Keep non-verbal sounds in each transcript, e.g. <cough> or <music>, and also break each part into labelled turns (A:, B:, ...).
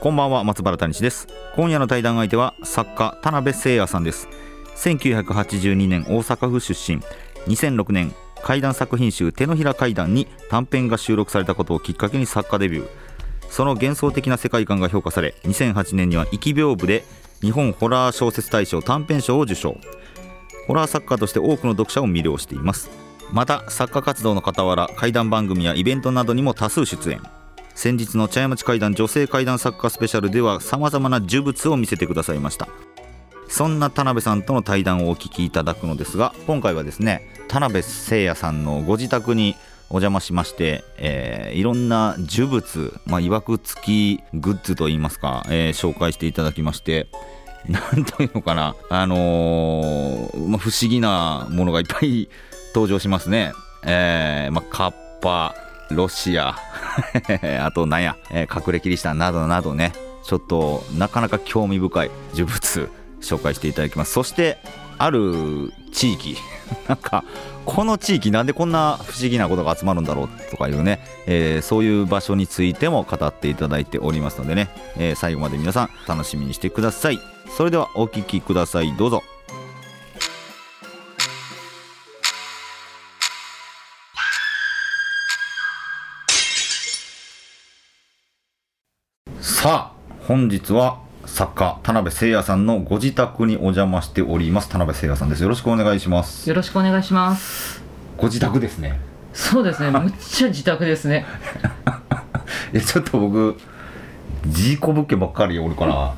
A: こんばんは松原谷志です今夜の対談相手は作家田辺誠也さんです1982年大阪府出身2006年怪談作品集手のひら怪談に短編が収録されたことをきっかけに作家デビューその幻想的な世界観が評価され2008年には疫病部で日本ホラー小説大賞短編賞を受賞ホラー作家として多くの読者を魅了していますまた作家活動の傍ら怪談番組やイベントなどにも多数出演先日の茶屋町怪談女性怪談作家スペシャルではさまざまな呪物を見せてくださいましたそんな田辺さんとの対談をお聞きいただくのですが今回はですね田辺誠也さんのご自宅にお邪魔しまして、えーいろんな呪物、まあ、いわくつきグッズといいますか、えー紹介していただきまして <laughs> なんというのかなあのーまあ、不思議なものがいっぱい <laughs> 登場しますねえーまあ、カッパロシア <laughs> あとなんや、えー隠れキリシタンなどなどねちょっとなかなか興味深い呪物紹介していただきますそしてある地域 <laughs> なんかこの地域なんでこんな不思議なことが集まるんだろうとかいうね、えーそういう場所についても語っていただいておりますのでね、えー最後まで皆さん楽しみにしてくださいそれではお聞きくださいどうぞさあ本日は作家田辺誠也さんのご自宅にお邪魔しております田辺誠也さんですよろしくお願いします
B: よろしくお願いします。
A: ご自宅ですね
B: そうです
A: <laughs>
B: ね。むっちゃ自宅ですね。
A: いやちょっと僕事故物件ばっかりおるから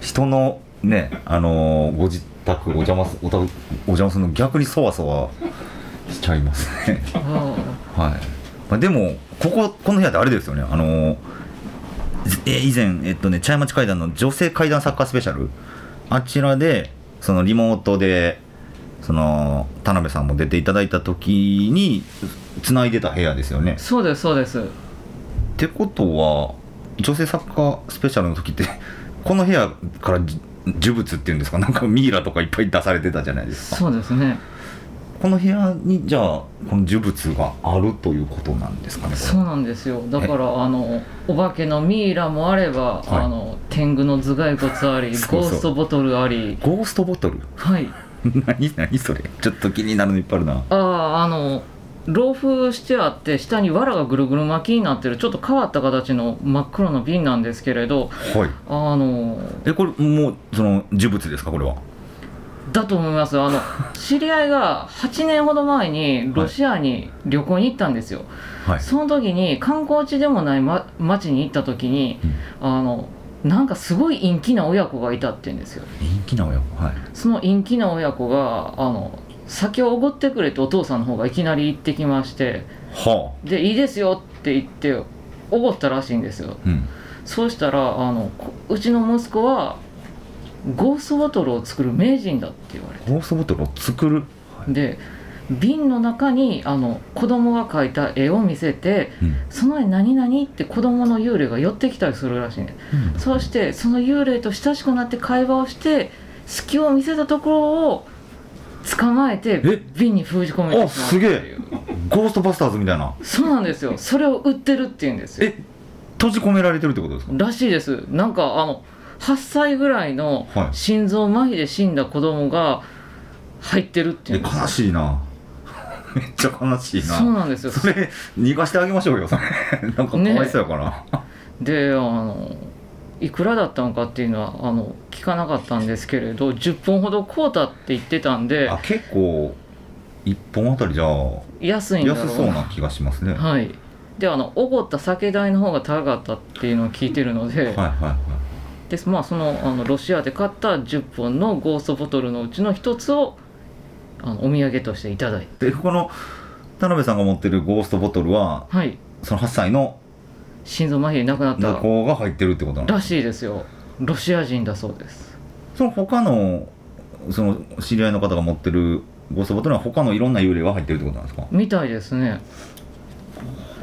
A: 人のねあのーご自宅お邪魔すおたお邪魔するの逆にそわそわしちゃいますね
B: あの
A: はい、まあ、でもこここの部屋であれですよねあのーえ以前えっとね茶屋町会談の女性会談作家スペシャルあちらでそのリモートでその田辺さんも出ていただいた時につないでた部屋ですよね
B: そうですそうです。
A: ってことは女性作家スペシャルの時って <laughs> この部屋からじ呪物っていうんですかなんかミイラとかいっぱい出されてたじゃないですか
B: そうですね。
A: この部屋にじゃあこの呪物があるということなんですかねこれ
B: そうなんですよ。だからあのお化けのミイラもあれば、
A: はい
B: あの天狗の頭蓋骨あり、
A: そうそう
B: ゴーストボトルあり、
A: ゴーストボトル <laughs>
B: はい。
A: 何何それちょっと気になるのいっぱいあるな
B: あああの。老風してあって下に藁がぐるぐる巻きになってるちょっと変わった形の真っ黒の瓶なんですけれど
A: はい
B: あの
A: えこれもうその呪物ですかこれは
B: だと思います
A: <laughs>
B: あの知り合いが8年ほど前にロシアに旅行に行ったんですよ、
A: はい
B: その時に観光地でもない、ま、町に行った時に、あのなんかすごい陰気な親子がいたって言うんですよ
A: 人気な親子はい
B: その陰気な親子があの酒をおごってくれってお父さんの方がいきなり行ってきまして
A: は
B: でいいですよって言っておごったらしいんですよ
A: あうん
B: そうしたらあのこうちの息子はゴーストボトルを作る名人だって言われて
A: ゴーストボトルを作る
B: で瓶の中にあの子供が描いた絵を見せて
A: うん
B: その絵何々って子供の幽霊が寄ってきたりするらしいねそしてその幽霊と親しくなって会話をして隙を見せたところを捕まえて
A: え
B: 瓶に封じ込めて
A: あ
B: しまうって
A: すげ
B: い
A: え
B: う
A: ゴーストバスターズみたいな
B: そうなんですよそれを売ってるっていうんですよ
A: え閉じ込められてるってことですから
B: しいですなんかあの8歳ぐらいの
A: はい
B: 心臓麻痺で死んだ子供が入ってるってい
A: え
B: うんです
A: 悲しいな <laughs> めっちゃ悲しいな
B: そうなんですよ
A: それ逃がしてあげましょうよそれ <laughs> なんかかわいそうやから、
B: であのいくらだったのかっていうのはあの聞かなかったんですけれど10本ほど買うたって言ってたんで
A: あ結構1本あたりじゃあ
B: 安いんだろ
A: 安
B: う
A: そうな気がしますね、はい、
B: はいであのおごった酒代の方が高かったっていうのを聞いてるので,、
A: はいは
B: でまあ、そのあのロシアで買った10本のゴーストボトルのうちの1つをあのお土産としていただいて
A: いでこの田辺さんが持ってるゴーストボトルは
B: はい
A: その8歳の
B: 心臓麻痺で亡くなっ
A: 蛇
B: た
A: 行が入ってるってことなの
B: らしいですよロシア人だそうです
A: その他のその知り合いの方が持ってるゴーストボトルには他のいろんな幽霊が入ってるってことなんですか
B: みたいですね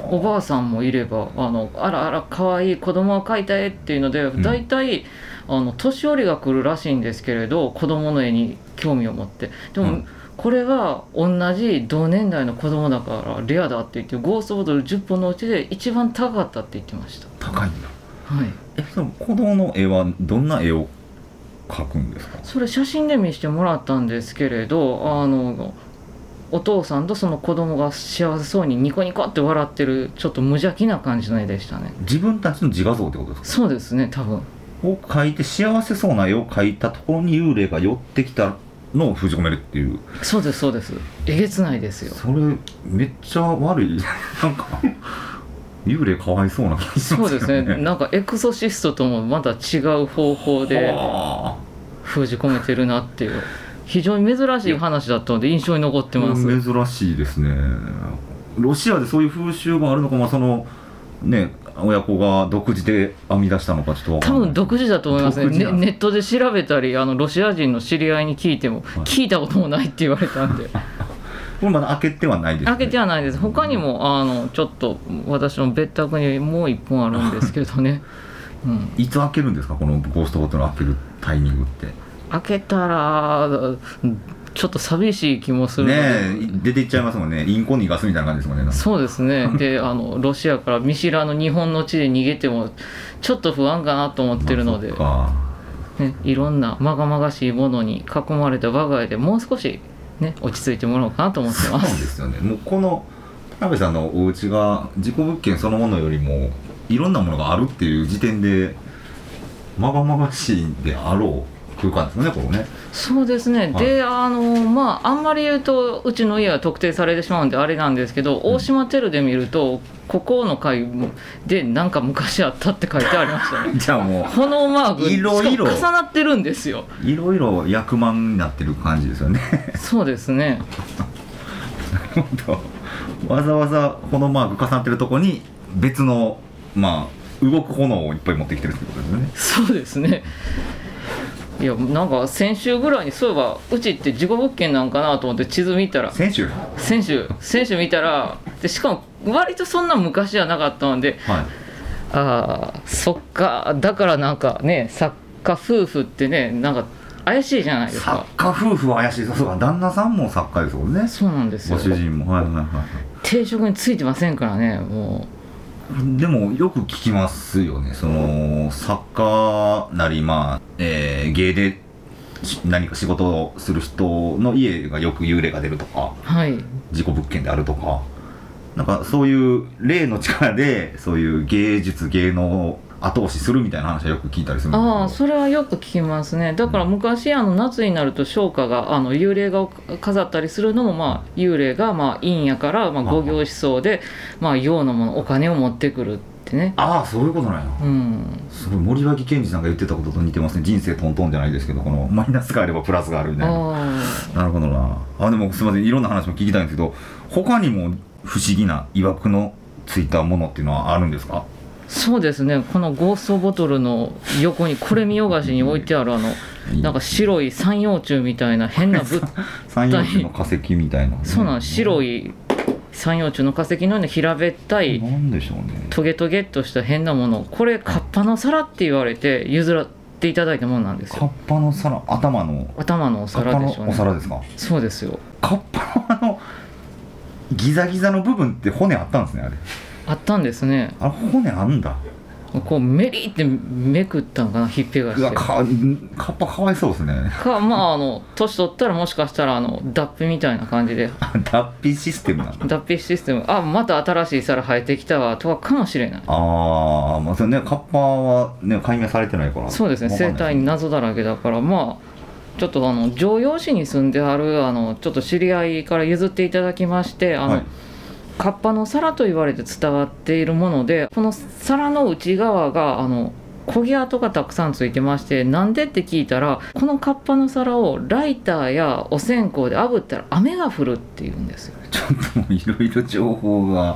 B: おばあさんもいればあのあらあら可愛い子供は描いた絵っていうので、
A: ん
B: 大体あの年寄りが来るらしいんですけれど子供の絵に興味を持ってでも、
A: うん
B: これは同じ同年代の子供だからレアだって言ってゴーストボトル10本のうちで一番高かったって言ってました
A: 高いんだ
B: はい
A: えその子供の絵はどんな絵を描くんですか
B: それ写真で見してもらったんですけれどあのお父さんとその子供が幸せそうにニコニコって笑ってるちょっと無邪気な感じの絵でしたね
A: 自分たちの自画像ってことですか
B: そうですね多分
A: を描いて幸せそうな絵を描いたところに幽霊が寄ってきたのを封じ込めるっていう
B: そうですそうですえげつないですよ
A: それめっちゃ悪いなんか幽霊かわいそうな気がし
B: そ
A: ま
B: う
A: す
B: で
A: よね
B: すねなんかエクソシストともまた違う方法で
A: は
B: 封じ込めてるなっていう非常に珍しい話だったので印象に残って
A: あ
B: ます
A: 珍しいですねロシアでそういう風習があるのか、まあ、そのね親子が独自で編み出したのかちょっとわか
B: 多
A: んない
B: 分独自だと思いますね
A: 独自な
B: ね
A: んだ
B: ネットで調べたりあのロシア人の知り合いに聞いても
A: い
B: 聞いたこともないって言われた
A: <laughs>
B: んで
A: これまだ開けてはないです、ね、
B: 開けてはないです他にもあのちょっと私の別宅にもう一本あるんですけど
A: <laughs>
B: ね、うん、
A: いつ開けるんですかこのゴーストボトルの開けるタイミングって
B: 開けたらちょっと寂しい気もするので
A: ねえ出ていっちゃいますもんねインコにガスみたいな感じですもんねなんか
B: そうです <laughs> ねであのロシアから見知らぬ日本の地で逃げてもちょっと不安かなと思ってるので、
A: まあ
B: ね、いろんなまがまがしいものに囲まれた我が家でもう少し、ね、落ち着いてもらおうかなと思って
A: そっか
B: ま。
A: そうですすよねもうこの田辺さんのお家が事故物件そのものよりもいろんなものがあるっていう時点でまがまがしいであろう空間ですよねこれね
B: そうですね、
A: はい
B: であのまああんまり言うとうちの家は特定されてしまうんであれなんですけど、大島テルで見るとここの階もでなんか昔あったって書いてありました <laughs> ね
A: じゃあも
B: 炎マーク
A: いろいろ
B: しかも重なってるんです <laughs> よ
A: ういろいろ役満になってる感じですよね <laughs>
B: そうですね
A: 本当わざわざこのマーク重なってるとこに別のまあ動く炎をいっぱい持ってきてるってことですよね
B: そうですね。いやなんか先週ぐらいにそういえばうちって事故物件なんかなと思って地図見たら
A: 先週
B: 先週先週見たらでしかも割とそんな昔じゃなかったので
A: はい
B: ああそっかだからなんかね作家夫婦ってねなんか怪しいじゃないです
A: 作
B: か
A: 家夫婦は怪しいそうか旦那さんも作家ですもんね
B: そうなんです
A: ご
B: よ
A: 主人もはいはいはい
B: 定職についてませんからねも
A: でもよく聞きますよねその作家なりまあ、えー芸でし何か仕事をする人の家がよく幽霊が出るとか
B: うはい
A: 事故物件であるとかなんかそういう霊の力でそういう芸術芸能を後押しするみたいな話はよく聞いたりするん
B: ああ
A: ですけ
B: それはよく聞きますねだから昔あの夏になると商家があの幽霊画を飾ったりするのもまあ幽霊がまあ陰やからまあ五行思想でまあ用のものお金を持ってくるってね
A: どああそういうことなんや
B: うん
A: すごい森脇健児さんが言ってたことと似てますね人生トントンじゃないですけどこのマイナスがあればプラスがあるみたいな
B: あ
A: なるほどなあでもすみませんいろんな話も聞きたいんですけど他にも不思議な曰くのついたものっていうのはあるんですか
B: あそうですねこのゴーストボトルの横にこれ見よがしに置いてあるあのなんか白い三葉虫みたいな変な <laughs> 物
A: 三葉虫の化石みたいな、
B: <laughs> そうなん白
A: い
B: い三葉虫の化石のような平べったい
A: なんでしょうね
B: トゲトゲっとした変なものこれカッパの皿って言われて譲らっていただいたものなんです
A: カッ
B: よ
A: パの皿頭の
B: 頭のお
A: カッパ
B: 皿でしょう
A: のお
B: ね
A: 皿ですか
B: そうですよ
A: カッパのあのギザギザの部分って骨あったんですねあれ
B: あったんですね
A: あれ骨あんだ
B: こうメリってめくったのかなひっぺが
A: う
B: し
A: わ
B: て
A: かカッパかわいそうですね <laughs>
B: かまああの年取ったらもしかしたらあの脱皮みたいな感じで
A: 脱皮システムなんだ
B: 脱皮システムあまた新しい皿生えてきたわとかかもしれない
A: ああまあそれねカッパはね解明されてないから
B: そうですね
A: わかん
B: 生
A: ない
B: 態に謎だらけだからまあちょっとあの常用紙に住んであるあのちょっと知り合いから譲っていただきましてあの、
A: はい <laughs>
B: カッパの皿と言われて伝わっているものでこの皿の内側があの焦げ跡がたくさんついてましてなんでって聞いたらこのカッパの皿をライターやお線香で炙ったら雨が降るっていうんですよね
A: ちょっともういろいろ情報が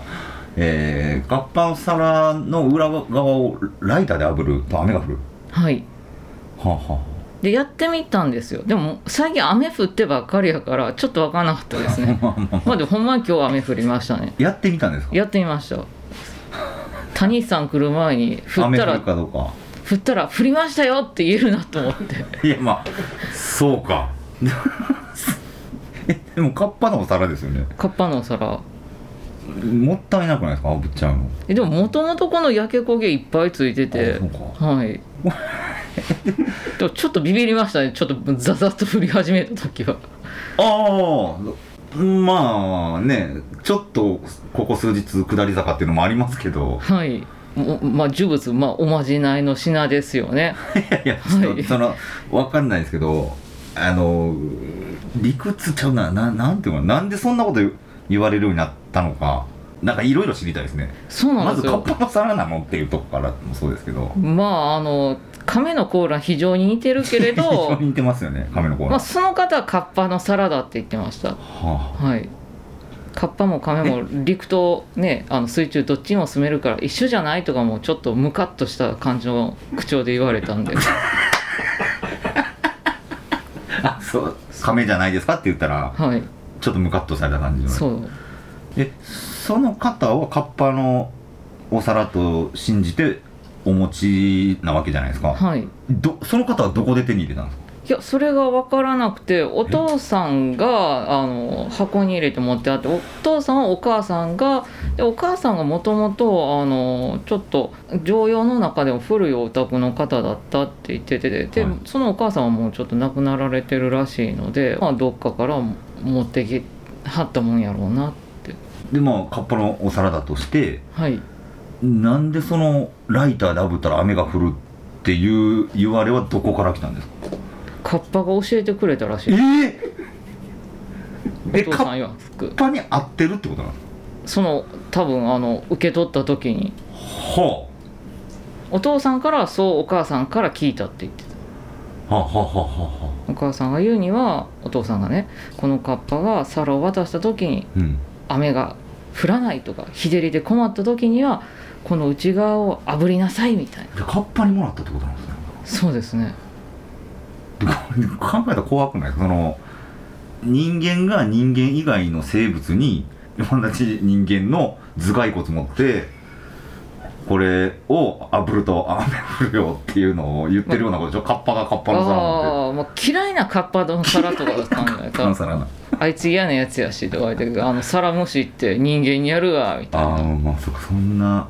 A: えー、合板の皿の裏側をライターで炙ると雨が降る。
B: はい
A: はあ、は
B: でやってみたんですよでも最近雨降ってばっかりやからちょっと分からなかったで
A: <laughs>
B: すねまあでもほんまに今日雨降りましたね
A: あ、やってみたんですか
B: やってみました谷さん来る前に降っ
A: 雨
B: た
A: 降
B: ら
A: るかどうか。
B: 振ったら「振りましたよ」って言えるなと思って
A: いや、まあ、そうか。 <laughs> え、でも、カッパのお皿ですよね。
B: カッパのお皿
A: もったいなくないですか炙っちゃうの。
B: えでももともとこの焼け焦げいっぱいついてて
A: あそうか
B: はいでもちょっとビビりましたねちょっとザザッと振り始めた時は
A: ああ、まあね、ちょっと、ここ数日、下り坂っていうのもありますけど。
B: はいもまあ呪物、まあ、おまじないの品ですよね
A: いやいや、ちょっ
B: は
A: と、
B: い
A: その、わかんないですけど、あの、理屈ちゃうな、ななんていうのかな、なんでそんなこと言言われるようになったのか、なんかいろいろ知りたいですね。
B: そうな
A: ま
B: んで
A: ず、
B: す
A: カッ
B: よ
A: パの皿なのっていうとこからもそうですけど、
B: まああの亀のコーラ非常に似てるけれ
A: <laughs> 非常
B: ど
A: に似てますよね、亀の甲羅。
B: まあその方はカッパの皿だって言ってました
A: は
B: はいカッパも亀も陸とねあの水中どっちにも住めるから一緒じゃないとかもちょっとムカッとした感じの口調で言われたんで
A: あ、あそう、亀じゃないですかって言ったら、
B: はい
A: ちょっとムカッとされた感じの。
B: そう
A: えその方はカッパのお皿と信じてお持ちなわけじゃないですか、
B: はい
A: どその方はどこで手に入れたんですか
B: いやそれが分からなくてお父さんがあの箱に入れて持ってあってお父さんはお母さんがでお母さんがもともとあのちょっと常用の中でも古いお宅の方だったって言っててで、
A: はい
B: そのお母さんはもうちょっと亡くなられてるらしいので、まあ、どっかから持ってきはったもんやろうな
A: でまあカッパのお皿だとして
B: はい
A: なんでそのライターで炙ったら雨が降るっていう言われはどこから来たんですか
B: カッパが教えてくれたらしい
A: ええ
B: お父
A: カ
B: さん
A: ッ
B: 曰く
A: パに合ってるってことなんです
B: その多分あの受け取った時に
A: かは
B: お父さんからそうお母さんから聞いたって言ってた。
A: あはあはあはあはあ
B: お母さんが言うにはお父さんがねこのカッパが皿を渡した時に
A: うん
B: 雨が降らないとか日照りで困った時にはこの内側を炙りなさいみたいな
A: でカッパにもらったってことなんですね
B: <laughs> そうですね
A: でこれ <laughs> 考えたら怖くないですかその人間が人間以外の生物に同じ人間の頭蓋骨持ってこれを炙るとあ雨降るよっていうのを言ってるようなことでしょカッパがカッパの皿なんて
B: ああ、まあ、嫌いなカッパの皿とかだったんだよ
A: カッパの皿なんて
B: あいつ嫌なやつやしとか言ってあの皿無視って人間にやるわみたい
A: ああ
B: な
A: まあそっかそんな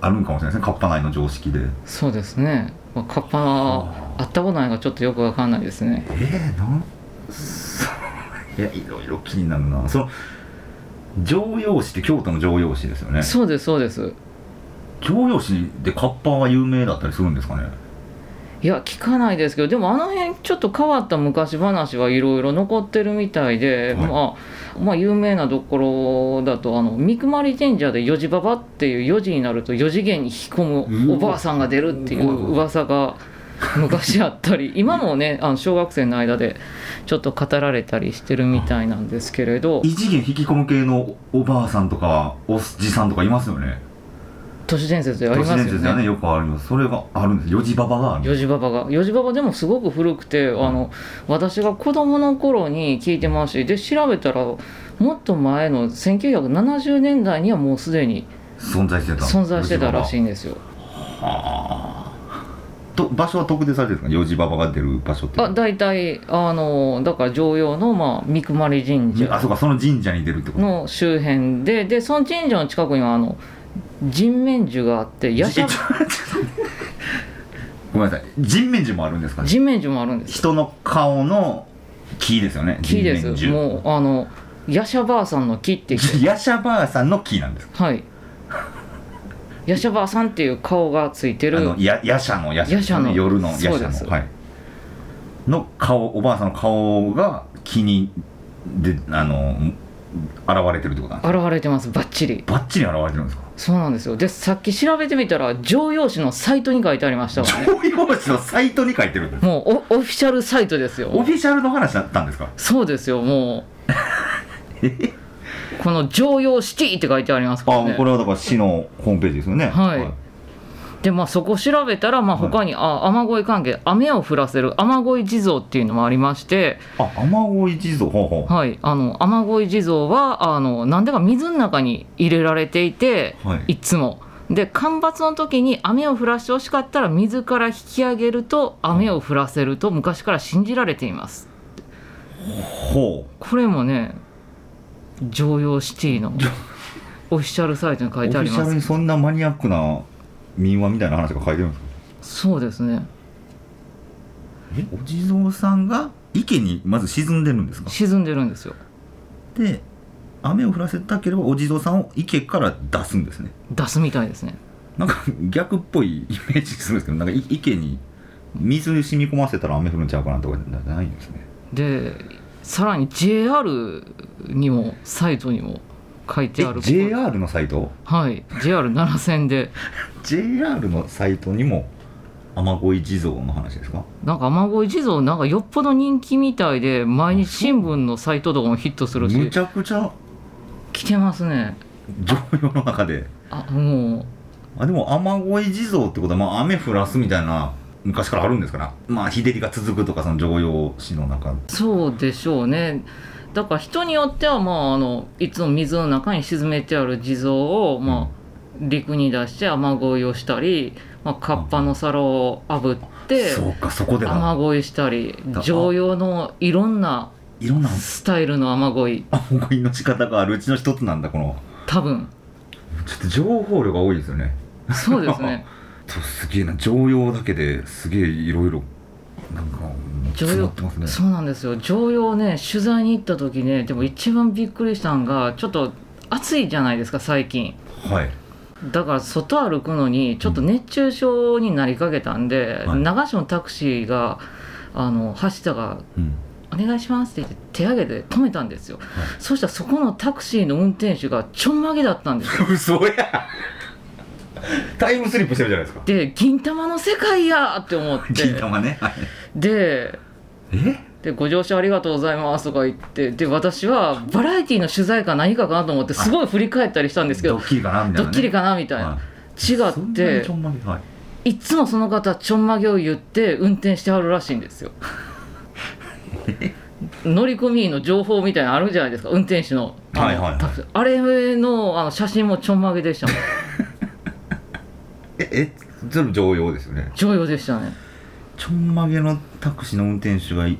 A: あるんかもしれないですねカッパ内の常識で
B: そうですね、まあ、カッパは会ったことないからちょっとよくわかんないですね
A: えー、なんそいやいろいろ気になるなその常用紙って京都の常用紙ですよね
B: そうですそうです
A: 常用紙でカッパは有名だったりするんですかね
B: いや聞かないですけどでもあの辺ちょっと変わった昔話はいろいろ残ってるみたいで、
A: はい
B: まあ、まあ有名なところだとあの三熊神社で四字ババっていう四字になると四次元に引き込むおばあさんが出るっていう噂が昔あったり今もねあの小学生の間でちょっと語られたりしてるみたいなんですけれど
A: 異次元引き込む系のおばあさんとかおじさんとかいますよね
B: 都市伝説であり
A: 都市
B: ま
A: 伝
B: すよ
A: 説ではね
B: ね。
A: よくありますそれがあるんですよじばばがあるんで
B: 四
A: す
B: 字ババが四字ババでもすごく古くてあの私が子供の頃に聞いてますしで調べたらもっと前の1970年代にはもうすでに
A: 存在してた
B: 存在してたらしい
A: い
B: んですよ
A: と場所は特定されてるんですかよじばばが出る場所っていう
B: あ
A: のは
B: 大体あのだから常用の、まあ、三熊神
A: あ
B: 社
A: そうかその神社に出るってこと
B: の周辺ででその神社の近くにはあの人面樹があって
A: いや
B: 夜
A: ちょ
B: 叉
A: っと待ってごめんなさい人面樹もあるんですか
B: 人面樹もあるんです
A: 人の顔の木ですよね
B: 木で
A: 人面
B: す
A: 樹
B: もうあの夜叉ばあさんの木って言って
A: ヤシャばあさんの木なんですか
B: はい。ヤシャバさんっていう顔がついて
A: あ
B: る
A: の。や夜叉の夜叉
B: 夜叉の
A: 夜の
B: そ
A: 夜
B: うです
A: 叉の、はい、の顔おばあさんの顔が気にであの現れてるってことなんですか
B: 現れてます。バッチリ。
A: バッチリ現れてるんですか
B: そうなんですよ。で、さっき調べてみたら、常用紙のサイトに書いてありましたわね。
A: 常用紙のサイトに書いてるんです
B: もうオ、オフィシャルサイトです
A: オ
B: よ。
A: フィシャルの話だったんですか
B: そうですよ。もこの「常用シティ」って書いてありますから
A: あ
B: ね
A: これはだから市のホームページですよね
B: はいでまあそこ調べたらまあ他に、あ雨乞い関係雨を降らせる雨乞い地蔵っていうのもありまして
A: あ雨乞い地蔵ほうほ
B: はい、あの雨乞い地蔵はあのなんでか水の中に入れられていて、
A: うはい
B: い、つも。で干ばつの時に雨を降らしてほしかったら水から引き上げると雨を降らせると昔から信じられています
A: ほ
B: これもね常用シティのオフィシャルサイトに
A: う
B: 書
A: オ
B: い
A: フ
B: てあ
A: ィ
B: り
A: シャ
B: ま
A: ル
B: す
A: にそんなマニアックな民話みたいな話が書いてるんですか
B: そうですね
A: えお地蔵さんが池にまず沈んでるんですか
B: 沈んでるんですよ
A: で雨を降らせたければお地蔵さんを池から出すんですね
B: 出すみたいですね
A: なんか逆っぽいイメージするんですけどなんかい池に水に染み込ませたら雨降るんちゃうかなとかじゃないんですね
B: でさらに JR にもサイトにも書いてあ
A: え
B: る
A: JR のサイト
B: はい、JR 奈良線で
A: JR のサイトにも雨乞い地蔵の話ですか
B: なんか雨乞い地蔵なんかよっぽど人気みたいで毎日新聞のサイトとかもヒットする
A: む
B: し
A: ちゃくちゃ
B: 来てますね
A: 常用の中で
B: あも
A: あでも雨乞い地蔵ってことは、まあ、雨降らすみたいな昔からあるんですからまあ日照りが続くとかその常用詩の中
B: うそうでしょうねだから人によってはまああのいつも水の中に沈めてある地蔵を、まあ、陸に出して雨乞いをしたり、まあ、カッパの皿を炙って
A: そうかそこで
B: 雨
A: は
B: 乞いしたり
A: だ
B: 常用のいろんない
A: ろんな
B: スタイルの雨乞い
A: 雨乞いの仕方があるうちの一つなんだこの
B: 多分
A: ちょっと情報量が多いですよね
B: そうですね
A: そうすげえな常用だけですげえいろいろなんかもう詰まってますね
B: そうなんですよ常用ね取材に行った時ねでも一番びっくりしたのがちょっと暑いじゃないですか最近
A: はい
B: だから外歩くのにちょっと熱中症になりかけたんで、
A: はい
B: 長島のタクシーがあの走ったが
A: うん
B: 「お願いします」って言って手挙げて止めたんですよ、そしたらそこのタクシーの運転手がちょんまげだったんですよ
A: 嘘やタイムスリップしてるじゃないです <laughs> か
B: で「銀玉の世界や!」って
A: <laughs>
B: 思って
A: 金玉ねはい
B: で
A: え
B: でご乗車ありがとうございますとか言ってで私はバラエティの取材か何かかなと思ってすごい振り返ったりしたんですけ
A: ド
B: ど
A: ッキリかなみたいな、
B: ド
A: ね、
B: ッキリかなみたいな
A: は
B: 違
A: いそん
B: っ
A: なに
B: て
A: ちょんまげはい
B: いつもその方ちょんまげを言って運転してはるらしい
A: <laughs>
B: んですよ乗り込みの情報みたいなのあるじゃないですか運転手のあの
A: はいはいはい
B: タクシーあれのあの写真もちょんまげでし
A: <laughs>
B: たもん
A: ええ全部常用ですよね
B: 常用でしたね
A: ちょんまげのタクシーの運転手がい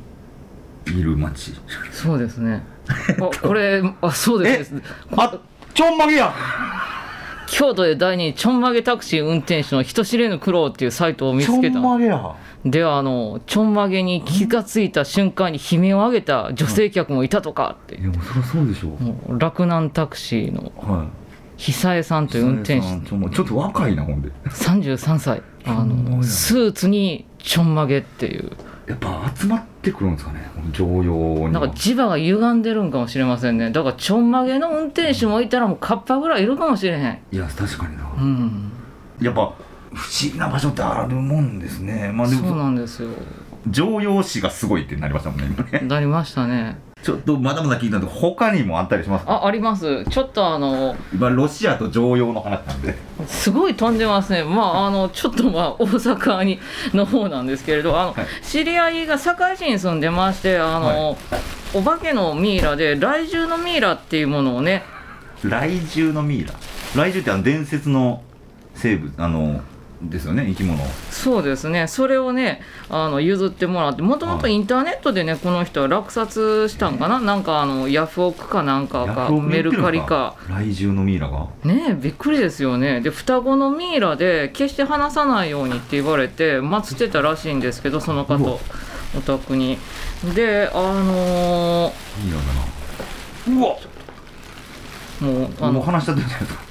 A: いる街
B: そうで
A: <laughs>
B: すねあこれあそうですね
A: あちょんまげや
B: 京都で第二ちょんまげタクシー運転手の人知れぬ苦労っていうサイトを見つけた
A: げや
B: であのちょんまげに気がついた瞬間に悲鳴を上げた女性客もいたとかって
A: いやもうそりゃそうでしょう
B: もう洛南タクシーの
A: は
B: 久江さん
A: い
B: という運転手
A: さんちょんまげちょっと若いなほんで
B: 33歳
A: ちょん
B: あ
A: まげや
B: のスーツにちょんまげっていう
A: やっぱ集まってくるんですかねこの常用に
B: なんか磁場が歪んでるんかもしれませんねだからちょんまげの運転手もいたらもうカッパぐらいいるかもしれへん
A: いや確かにな、
B: うん
A: やっぱ不思議な場所ってあるもんですねまあで
B: そう
A: も
B: なんですよ
A: 常用紙がすごいってなりましたもんね今 <laughs> ね
B: なりましたね
A: ちょっとまだまだ聞いたんで他にもあったりしますか
B: あありますちょっとあの
A: 今ロシアと常用の話なんです
B: ごい飛んでますね、まあ、あのちょっとまあ大阪にの方なんですけれどあの、
A: はい
B: 知り合いが堺市に住んでましてあの、お化けのミイラで来獣のミイラっていうものをね
A: 雷獣のミイラ雷獣ってあの伝説の生物あのですよね生き物
B: そうですねそれをねあの譲ってもらってもともと
A: はい
B: インターネットでねこの人は落札したんかな、なんかあのヤフオクかなんか
A: ヤ
B: か
A: フオクに売
B: メ
A: ってる
B: ル
A: の
B: カリか。
A: 雷獣のミイラが
B: ねえびっくりですよねで双子のミイラで決して離さないようにって言われて祀ってたらしいんですけどその
A: うわ
B: 方お宅にであの
A: ミイラだなうわ
B: ーもうあ
A: もう
B: の
A: 話しちゃってるじゃないですか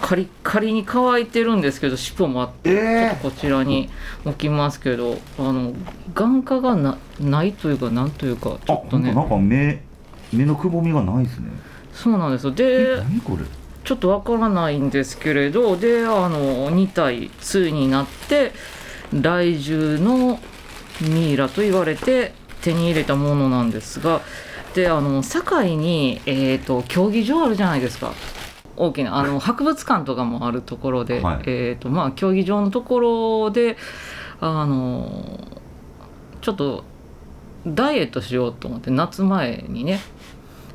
B: カリッカリに乾いてるんですけど尻尾もあって
A: ええ
B: こちらに置きますけどあの眼科がなないというかなんというかち
A: あ
B: ょっ
A: 本
B: と
A: 当
B: ね
A: なんか目目のくぼみがないですね
B: そうなんですよ
A: え
B: で
A: 何これ
B: ちょっとわからないんですけれどであの2体2になって来獣のミイラと言われて手に入れたものなんですがであの堺に、えー、と競技場あるじゃないですか大きなあの博物館とかもあるところで、
A: はい
B: えーとまあ、競技場のところであのちょっとダイエットしようと思って夏前にね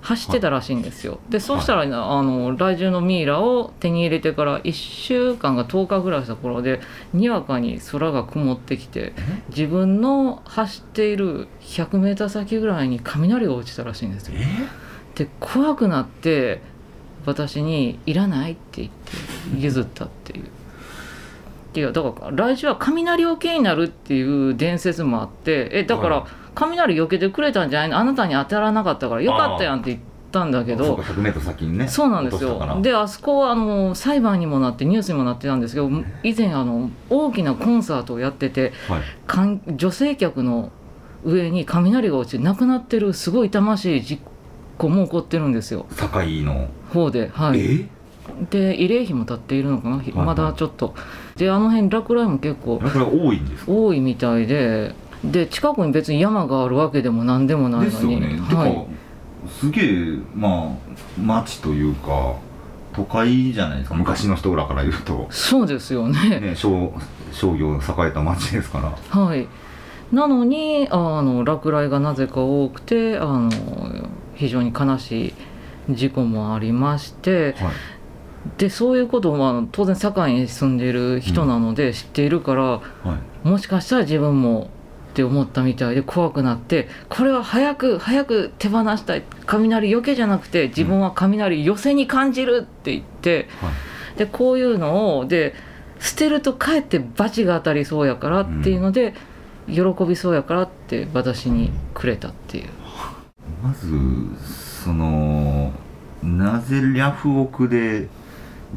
B: 走ってたらしいんですよ、でそうしたら、あの来週のミイラを手に入れてから1週間が10日ぐらいした頃でにわかに空が曇ってきて自分の走っている 100m 先ぐらいに雷が落ちたらしいんですよ。で怖くなって私に「いらない?」って言って譲ったっていう。いやだから来週は雷よけになるっていう伝説もあってえだか
C: は
B: ら雷よけてくれたんじゃないのあなたに当たらなかったからよかったやんって言ったんだけ
A: そう
B: ど
A: か 100m 先にね
B: そうなんです
A: 落としたから
B: よであそこはあの裁判にもなってニュースにもなってたんですけど以前あの大きなコンサートをやってて
A: はい
B: かん女性客の上に雷が落ちて亡くなってるすごい痛ましい事故も起こってるんですよ
A: 堺の
B: 方で、はい、
A: え
B: で慰霊碑も立っているのかな、
A: いはい
B: まだちょっとであの辺落雷も結構
A: これは多いんですか
B: 多いみたいでで近くに別に山があるわけでも何でもないの
A: で
B: に
A: すよね、
B: は
A: て
B: い
A: か、すげえまあ町というか都会じゃないですか昔の人らから言う
B: <laughs>
A: と、
B: そうですよね
A: ね、商商業栄えた町ですから
B: はい、なのにあの落雷がなぜか多くてあの非常に悲しい事故もありまして
A: はい
B: でそういうことを、まあ、当然堺に住んでいる人なので知っているから、
A: はい
B: もしかしたら自分もって思ったみたいで怖くなってこれは早く早く手放したい雷よけじゃなくて自分は雷寄せに感じるって言って、
A: は
B: でこういうのをで捨てるとかえって罰が当たりそうやからっていうので、喜びそうやからって私にくれたっていう
A: まずそのなぜヤフオクで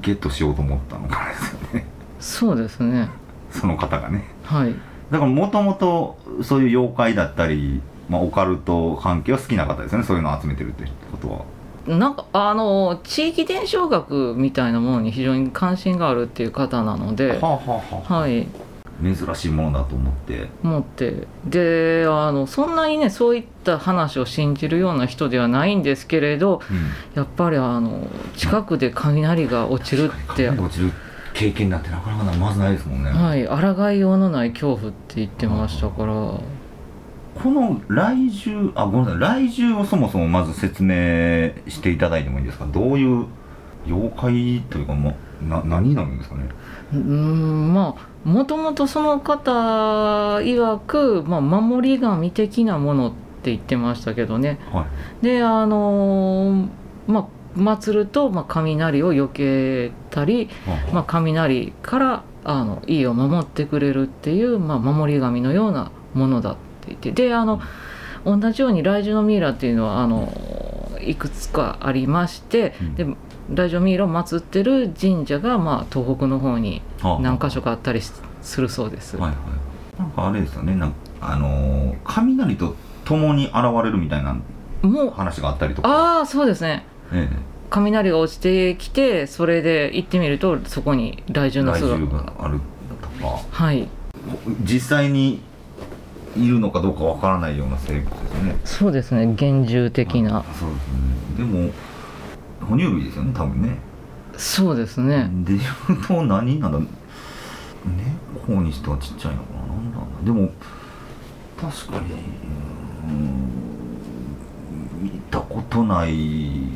A: ゲットしようと思ったのかですよね
B: そうですね
A: その方がね
B: はい
A: だからもともとそういう妖怪だったり、まあ、オカルト関係は好きな方ですよねそういうのを集めてるってことは
B: なんかあの地域伝承学みたいなものに非常に関心があるっていう方なので、
A: はあはあはあ
B: はい、
A: 珍しいものだと思って
B: 持ってであのそんなにねそういった話を信じるような人ではないんですけれど
A: うん
B: やっぱりあの近くで雷が落ちるって、
A: 落ちる経験なんてなかなかまずないですもんね、
B: はい、抗いようのない恐怖って言ってましたから
A: この来週あごめんなさい来週をそもそもまず説明していただいてもいいですかどういう妖怪というかもうな何になるんですかね
B: うーんまあもともとその方曰く、まあ、守り神的なものって言ってましたけどね
A: はい
B: であのーまあ祭ると、まあ、雷を避けたりまあ、雷からあの家を守ってくれるっていう、まあ、守り神のようなものだって言ってであの同じようにライジオのミイラっていうのはあのいくつかありまして、
A: うん
B: でライジオミイラを祀ってる神社が、まあ、東北の方に
A: あ
B: 何箇所かあったりしするそうです。
A: はいはいなんかあれですよねなんかあのー雷と共に現れるみたいな
B: もう
A: 話があったりとか
B: ああそうですね
A: え
B: 雷が落ちてきてそれで行ってみるとそこにライジ
A: え
B: オの
A: 来
B: 姿
A: 週
B: が
A: があるとか
B: はい
A: 実際にいるのかどうかわからないような生物ですね
B: そうですね幻獣的な、
A: そうですねでも哺乳類ですよね多分ね
B: そうですね、
A: で言うと何なんだ猫にしてはちっちゃいのかななんだろうなでも確かにうーん見たことない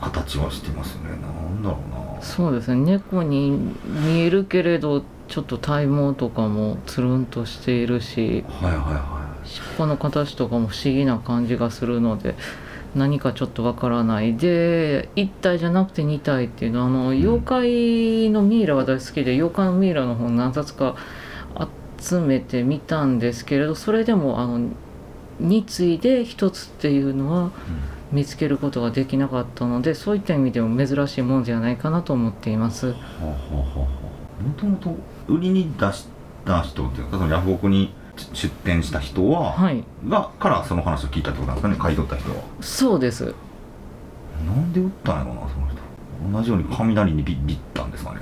A: 形はしてますねなんだろうな
B: そうですね猫に見えるけれどちょっと体毛とかもつるんとしているし
A: はいはいはい
B: 尻尾の形とかも不思議な感じがするので何かちょっとわからないで1体じゃなくて2体っていうのはあの妖怪のミイラは大好きで妖怪のミイラの本何冊か集めてみたんですけれどそれでもあの2対で1つっていうのは見つけることができなかったのでそういった意味でも珍しいもんではないかなと思っています。
A: はあはあはあはあもともと売りに出した人っていうかそのヤフオクに出店した人は、
B: はい、
A: がからその話を聞いたってことなんですかね買い取った人は
B: そうです。
A: なんで打ったんやろなその人同じように雷にビビったんですかね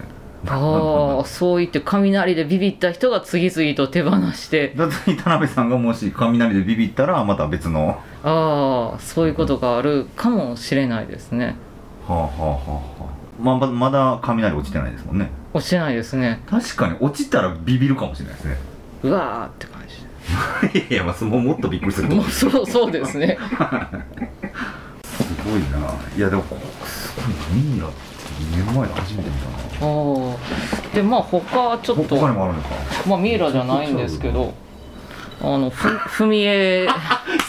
B: あああそう言って雷でビビった人が次々と手放して
A: だって田辺さんがもし雷でビビったらまた別のは
B: ああそういうことがあるかもしれないですね
A: あはあはあはあまままだ雷落ちてないですもんね
B: 落ちてないですね
A: 確かに落ちたらビビるかもしれないですね <laughs>
B: うわーって感じ
A: いやいや、まあ、もうもっとびっくりすると
B: も
A: 思
B: うそうそうですね
A: うすごいないやでもここすごいないんだって2年前で初めて見たな
B: ああでまあ他ちょっと
A: 他にもあるのか
B: まあミイラじゃないんですけどあのふ踏み絵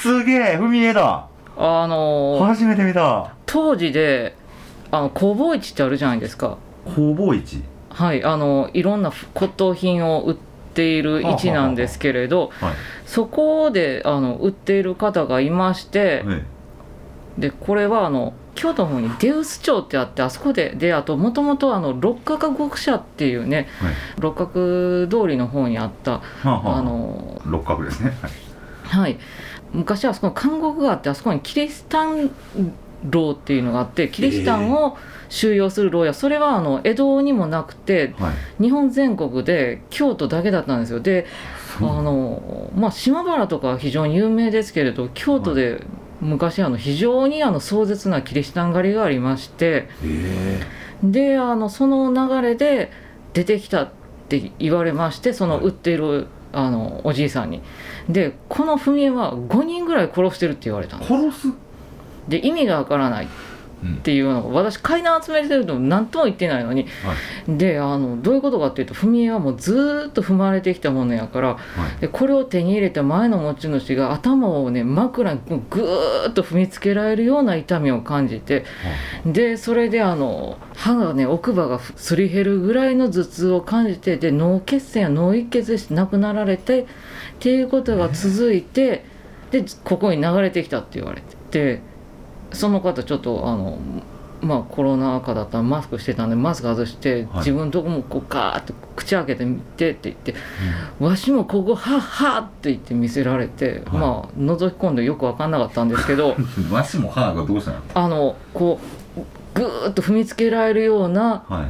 A: すげえ踏み絵だ
B: あの
A: 初めて見た
B: 当時であの工房市ってあるじゃないですか
A: 工房市
B: はいあのいろんな骨董品を売っている市なんですけれど
A: はい
B: そこであの売っている方がいまして
A: え
B: でこれはあの京都の方にデウス町ってあってあそこでであともともと六角獄舎っていうね、
A: はい
B: 六角通りの方にあった
A: えはあはあ
B: あの
A: 六角ですねはい
B: はい、昔はあそこの監獄があってあそこにキリシタン牢っていうのがあってキリシタンを収容する牢や、それはあの江戸にもなくて
A: はい
B: 日本全国で京都だけだったんですよであ
A: そうなんだ
B: の、まあ、島原とかは非常に有名ですけれど京都で昔あの非常にあの壮絶なキリシタン狩りがありまして
A: え
B: であのその流れで出てきたって言われましてその
A: はい
B: 売っている、あのおじいさんにでこの踏み絵は5人ぐらい殺してるって言われたん
A: え
B: です
A: 殺す
B: で意味がわからないっていうのが私階段集めてると何とも言ってないのに、であのどういうことかっていうと踏み絵はもうずーっと踏まれてきたものやから、でこれを手に入れた前の持ち主が頭をね枕にぐーっと踏みつけられるような痛みを感じて、でそれであの歯がね奥歯がふすり減るぐらいの頭痛を感じてで脳血栓や脳溢血で亡くなられてっていうことが続いて、でここに流れてきたって言われてでその方ちょっとあのまあコロナ禍だったらマスクしてたんでマスク外して、
A: はい
B: 自分のとこもこうガーッと口開けて見てって言ってわしもここはっはっって言って見せられて、
A: はい
B: まあ覗き込んでよく分かんなかったんですけど
A: わしも母がどうしたの
B: あのこうぐーっと踏みつけられるような
A: は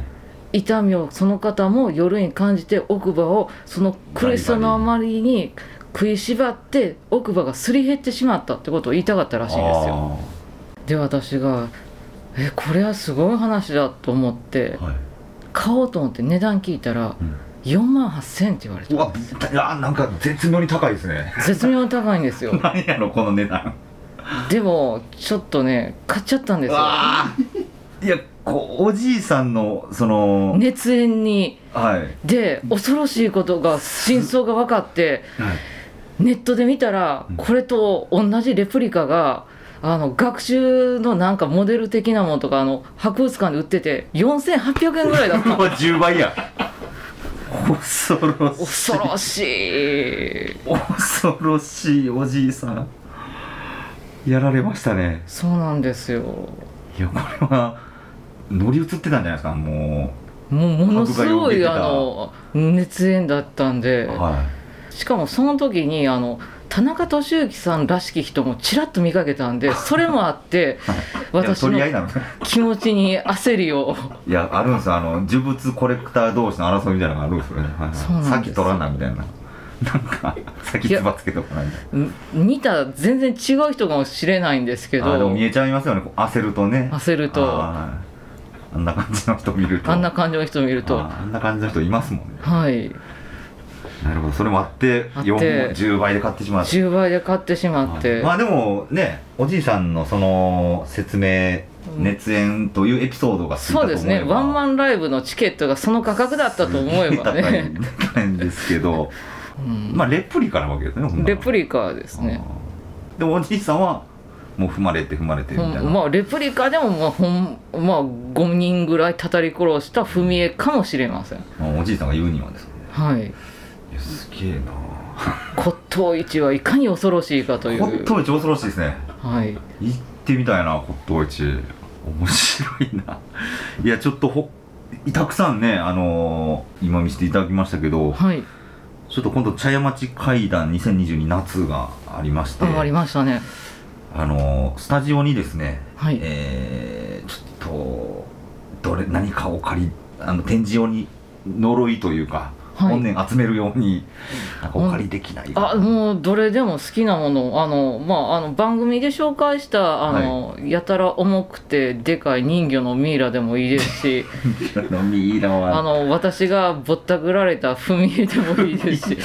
A: い
B: 痛みをその方も夜に感じて奥歯をその苦しさのあまりに食いしばって奥歯がすり減ってしまったってことを言いたかったらしいんですよ。で私が「えこれはすごい話だ」と
A: <laughs>
B: 思って
A: あーはい
B: 買おうと思って値段聞いたら
A: うん
B: 4万8000円って言われ
A: う
B: た
A: わあなんか絶妙に高いですね
B: 絶妙に高いんですよ
A: 何やろこの値段
B: でもちょっとね買っちゃったんですよ
A: わあいやこうおじいさんのその、
B: 熱演に
A: はい、
B: で恐ろしいことが真相が分かってネットで見たら
A: うん
B: これと同じレプリカがあの学習のなんかモデル的なものとかあの博物館で売ってて4800円ぐらいだっ
A: う
B: た
A: わ10倍や <laughs> 恐ろしい
B: 恐ろしい
A: 恐ろしいおじいさんやられましたね
B: そうなんですよ
A: いやこれは乗り移ってたんじゃないですかも
B: もうものす
A: 博物
B: ご
A: 館
B: い
A: で
B: あの熱演だったんで
A: うは
B: しかもその時にあの田中俊之さんらしき人もちらっと見かけた
A: <laughs>
B: んでそれもあって
A: はいいいや
B: 私
A: 取
B: の
A: り合いなの
B: 気持ちに焦りを
A: いやあるんですよあの呪物コレクター同士の争いみたいなのがあるんですよね、はいはい
B: そうなんですよ
A: さっき取らなみたいななんかさっきつばつけとかないみたいな
B: 似た全然違う人かもしれないんですけ
A: あーでも
B: ど
A: 見えちゃいますよねこう焦るとね
B: 焦ると
A: あ
B: あ
A: ーあんな感じの人見ると
B: んな感じの人見ると
A: あーあんな感じの人いますもんね
B: はい
A: なるほどそれもあって
B: あって
A: 4本10倍で買ってしまった
B: 10倍で買ってしまって
A: まあでもねおじいさんのその説明
B: うん
A: 熱演というエピソードがついたと
B: そ
A: 思
B: う
A: え
B: で
A: ば
B: すねワンマンライブのチケットがその価格だったと思えば
A: すげえ
B: ね、
A: 高い高いんですけど
B: うん
A: まあレプリカなわけですねほんなら
B: レプリカですね
A: あーでもおじいさんはもう踏まれて踏まれてみ
B: ほ
A: たい
B: ん
A: な、
B: まあレプリカでもまあほん、まあ、5人ぐらいたたり殺した踏み絵かもしれません
A: まあおじいさんが言うにはですね
B: はい
A: いやすげえな
B: 骨董市はいかに恐ろしいかという
A: 骨董市恐ろしいですね
B: はい
A: 行ってみたいな骨董市面白いないやちょっとほたくさんねあのー今見せていただきましたけど
B: はい
A: ちょっと今度茶屋町会談2022夏がありまして
B: あありましたね
A: あのースタジオにですね、
B: はい
A: えーちょっとどれ何かお借りあの展示用に呪いというか、
B: はい
A: 本年集めるようになんかお借りできないか
B: あもうどれでも好きなものあの、まあ、あの番組で紹介したあの、やたら重くてでかい人魚のミイラでもいいですし
A: <laughs> 飲みいいな
B: あ
A: <laughs> は
B: の私がぼったくられた踏み絵でもいいです
A: <laughs>
B: し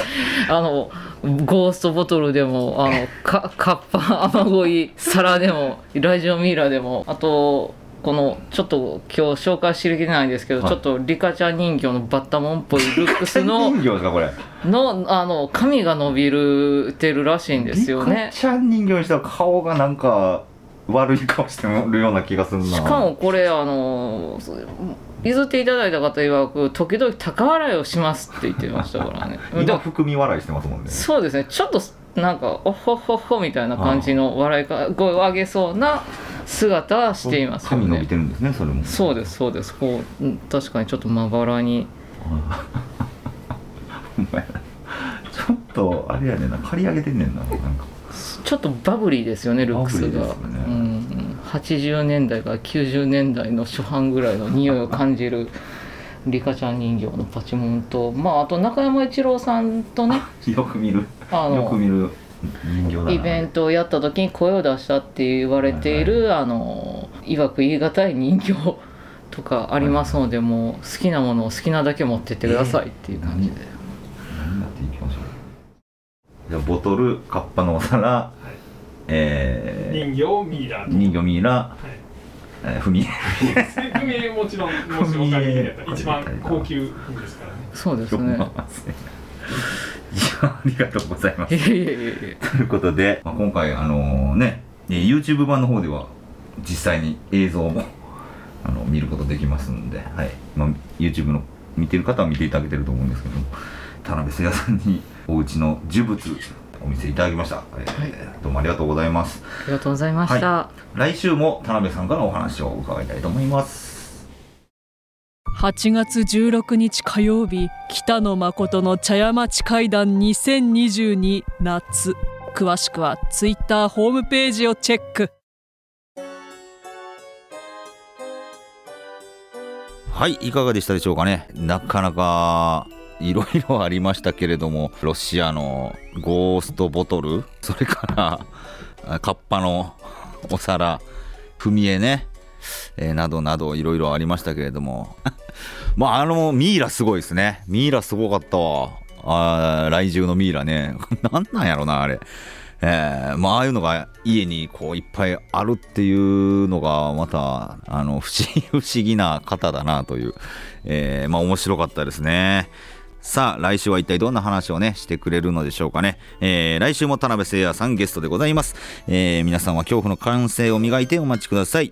B: あのゴーストボトルでもあのかカッパ雨乞い皿でもラジオミイラでもあとこのちょっと今日紹介しきれないんですけど、
A: はい
B: ちょっとリカちゃん人形のバッタモンっぽいルックスの
A: 人形ですかこれ
B: のあの髪が伸びるてるらしいんですよ
A: リカ
B: ね。
A: ちゃん人形にしては顔がなんか悪い顔してるような気がするな
B: しかもこれあの譲っていただいた方曰く時々高笑いをしますって言ってましたからねで
A: <laughs> 今
B: も
A: 含み笑いしてますもんね
B: そうですねちょっとなんかおほほほみたいな感じの笑いか声を上げそうな姿はしていますよ
A: 髪伸び
B: ね
A: てるんですねそれも
B: そうですそうですこううん確かにちょっとまばらに
A: お前ちょっとあれやねんな借り上げてんねんななんか
B: ちょっとバブリーですよねルックスが、
A: バブリーですね
B: うん、80年代から90年代の初版ぐらいの匂いを感じ <laughs> るリカちゃん人形のパチモンとまああと中山一郎さんと <laughs> ね
A: よく見る
B: あ
A: よく
B: の
A: 見る人形だな
B: イベントをやった時に声を出したって言われている、い、あのいわく言い難い人形とかありますので、もう好きなものを好きなだけ持ってってくださいっていう感じで、
A: 何やっていきましょうじゃあボトルカッパのお皿、え
C: 人形ミイラ
A: ー、
C: <laughs>
A: 人魚ミイラ、
C: い
A: えー、踏み
C: 組絵もちろんもしお借りできたら一番高級品ですからね
B: そうです
A: そう
B: ね
A: なんですね <laughs> いやありがとうございま
B: い
A: す
B: やいやいやいや
A: ということで、まあ、今回あのねね YouTube 版の方では実際に映像も <laughs> あの見ることできますんで、はいまあ、YouTube の見てる方は見ていただけてると思うんですけども田辺誠也さんに <laughs> お家の呪物お見せいただきました、えーどうもありがとうございます
B: ありがとうございました、
A: 来週も田辺さんからお話を伺いたいと思います
D: 8月16日火曜日北野誠の茶屋町会談2022夏詳しくはツイッターホームページをチェック
A: はいいかがでしたでしょうかねなかなかいろいろありましたけれどもロシアのゴーストボトルそれから <laughs> あカッパのお皿踏み絵ね、えーなどなどいろいろありましたけれどもまああのミイラすごいですねミイラすごかったわあー来中のミイラね <laughs> なんなんやろなあれえーまあああいうのが家にこういっぱいあるっていうのがまたあの <laughs> 不思議不思議な方だなという、えーまあ面白かったですね。さあ来週は一体どんな話をねしてくれるのでしょうかね、えー来週も田辺誠也さんゲストでございます、えー皆さんは恐怖の感性を磨いてお待ちください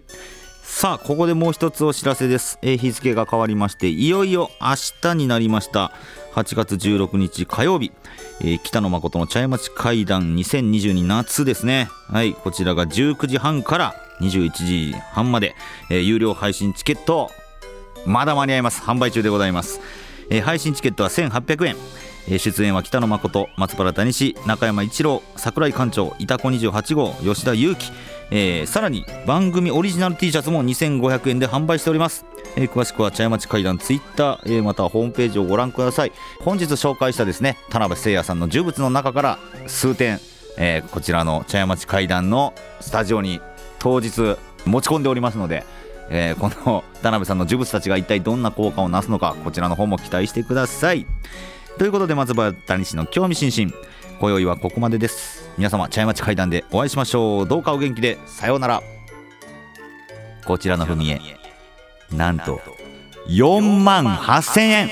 A: さあここでもう一つお知らせです、えー日付が変わりましていよいよ明日になりました8月16日火曜日、えー北野誠の茶屋町会談2022夏ですねはいこちらが19時半から21時半まで、えー有料配信チケットまだ間に合います販売中でございます、えー配信チケットは1800円えー出演は北野誠松原谷志中山一郎桜井館長いたこ28号吉田裕樹、えーさらに番組オリジナル T シャツも2500円で販売しております、えー詳しくは茶屋町会談ツイッター、えーまたはホームページをご覧ください本日紹介したですね田辺誠也さんの呪物の中から数点、えーこちらの茶屋町会談のスタジオに当日持ち込んでおりますのでえーこの田辺さんの呪物たちが一体どんな効果をなすのかこちらの方も期待してくださいということで松原谷氏の興味津々今宵はここまでです皆様茶屋町会談でお会いしましょうどうかお元気でさようならこちらの踏み絵なんと4万8000円